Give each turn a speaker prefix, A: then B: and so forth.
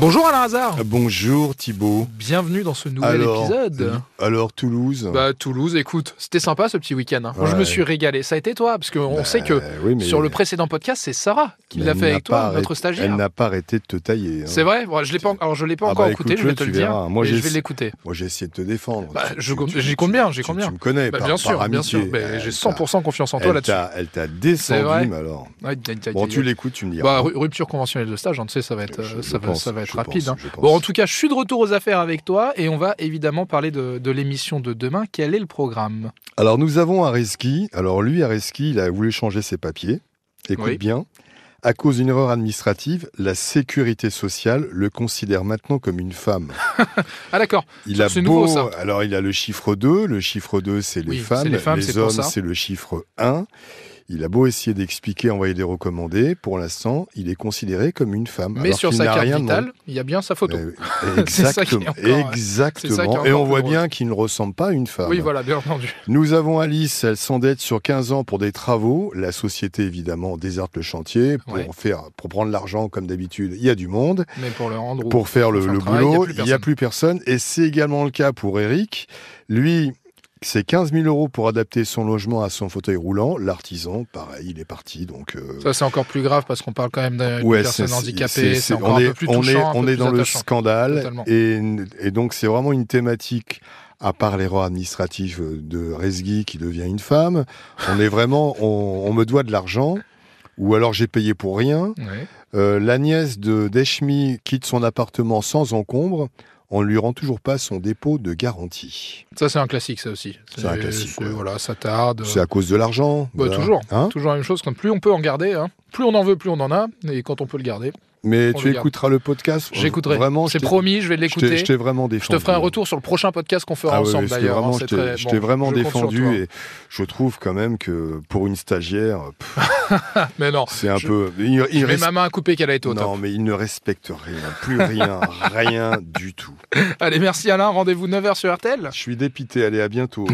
A: Bonjour Alain Hazard
B: Ah, Bonjour Thibaut.
A: Bienvenue dans ce nouvel
B: Alors, euh,
A: épisode.
B: Alors Toulouse.
A: Bah Toulouse, écoute, c'était sympa ce petit week-end. hein. Moi, je
B: Ouais.
A: me suis régalé. Ça a été toi, parce qu'on
B: Bah,
A: sait que
B: oui, mais
A: sur le précédent podcast, c'est Sarah qui
B: mais
A: l'a
B: elle
A: fait
B: n'a
A: avec toi,
B: pas arrêté-
A: notre stagiaire.
B: elle n'a pas arrêté de te tailler. hein.
A: C'est vrai. Bon, je l'ai pas. Alors je l'ai pas
B: Ah
A: encore
B: bah,
A: écouté. Je vais
B: écoute-le,
A: te le
B: tu
A: dire.
B: verras. Moi,
A: et
B: j'ai-
A: je vais l'écouter.
B: Moi j'ai essayé de te défendre.
A: Bah,
B: Tu-
A: je
B: tu-
A: com-
B: tu-
A: j'y
B: tu-
A: compte bien, j'y
B: tu-
A: compte
B: Tu
A: bien.
B: me connais,
A: Bah,
B: par,
A: bien sûr,
B: par
A: bien
B: amitié.
A: sûr. Mais
B: Elle
A: J'ai
B: t'a-
A: 100% confiance en toi
B: elle
A: là-dessus.
B: t'a- Elle t'a
A: C'est vrai.
B: descendu, mais alors.
A: Aïe, aïe, aïe,
B: Eh, Bon,
A: aïe,
B: tu
A: aïe.
B: l'écoutes, tu me diras.
A: Bah, ru- rupture conventionnelle de stage, hein, tu sais, ça va être,
B: Je-
A: euh,
B: je
A: ça va,
B: pense,
A: ça va être
B: je
A: rapide.
B: pense,
A: hein.
B: je pense.
A: Bon, en tout cas, je suis de retour aux affaires avec toi et on va évidemment parler de, de l'émission de demain. Quel est le programme
B: Alors nous avons Areski. Alors lui, Areski, il a voulu changer ses papiers. Écoute
A: Oui.
B: bien. À cause d'une erreur administrative, la sécurité sociale le considère maintenant comme une femme.
A: Ah, d'accord.
B: Il
A: Ça,
B: a
A: c'est
B: beau,
A: nouveau, ça.
B: alors il a le chiffre 2, le chiffre 2 c'est les
A: Oui, c'est
B: femmes,
A: les femmes, c'est pour
B: hommes
A: ça.
B: c'est le chiffre 1. Il a beau essayer d'expliquer, envoyer des recommandés, pour l'instant il est considéré comme une femme.
A: Mais
B: Bah alors
A: sur
B: qu'il
A: sa
B: n'a
A: carte
B: rien de
A: vitale, il y a bien sa photo.
B: Euh,
A: C'est ça qui est
B: Exactement.
A: encore- c'est ça qui est
B: exactement.
A: encore
B: Et on
A: plus
B: voit
A: drôle.
B: bien qu'il ne ressemble pas à une femme.
A: oui, voilà, bien entendu.
B: Nous avons Alice, elle s'endette sur 15 ans pour des travaux. La société, évidemment, déserte le chantier pour,
A: Ouais.
B: en faire, pour prendre l'argent, comme d'habitude. Il y a du monde.
A: Mais pour le rendre au-
B: Pour faire le,
A: faire le
B: le
A: travail,
B: boulot,
A: il y a plus
B: il n'y a
A: personne.
B: plus personne. Et c'est également le cas pour Eric. Lui, c'est 15 000 euros pour adapter son logement à son fauteuil roulant. L'artisan, pareil, il est parti. Donc, euh,
A: Ça, c'est encore plus grave parce qu'on parle quand même d'un- d'une
B: ouais,
A: personne
B: c'est-
A: handicapée.
B: c'est-
A: C'est
B: c'est-
A: encore
B: on
A: un
B: est,
A: peu plus
B: on est,
A: touchant, un
B: on
A: peu
B: est
A: plus
B: dans le
A: attachant.
B: scandale.
A: Totalement.
B: Et, et donc, c'est vraiment une thématique, à part l'erreur administrative de Resgui qui devient une femme, on est vraiment, on, on me doit de l'argent, ou alors j'ai payé pour rien.
A: Ouais.
B: Euh, la nièce de Deshmi quitte son appartement sans encombre. On ne lui rend toujours pas son dépôt de garantie.
A: Ça, c'est un classique, ça aussi.
B: C'est un classique,
A: c'est-
B: ouais.
A: Voilà, ça tarde.
B: C'est à cause de l'argent
A: Euh, Bah,
B: voilà.
A: toujours.
B: Hein
A: Toujours la même chose. Comme plus on peut en garder, hein, plus on en veut, plus on en a. Et quand on peut le garder,
B: Mais
A: On
B: tu
A: le garde.
B: écouteras le podcast.
A: j'écouterai.
B: Vraiment, je
A: c'est
B: t'ai-
A: promis, je vais
B: je t'ai-
A: l'écouter.
B: je t'ai vraiment défendu.
A: Je te ferai un retour sur le prochain podcast qu'on fera
B: Ah ouais,
A: ensemble
B: parce que
A: d'ailleurs. hein,
B: Vraiment,
A: c'est
B: je t'ai-
A: très-
B: je
A: bon,
B: t'ai vraiment
A: je compte sur
B: défendu
A: toi.
B: et je trouve quand même que pour une stagiaire, pff,
A: Mais non,
B: c'est un
A: je-
B: peu. Il, il
A: je mets
B: res-
A: ma main à couper qu'elle a été hein. au top.
B: Non, mais il ne respecte rien, plus rien, rien du tout.
A: Allez, merci Alain. Rendez-vous 9h sur RTL.
B: Je suis dépité. Allez, à bientôt.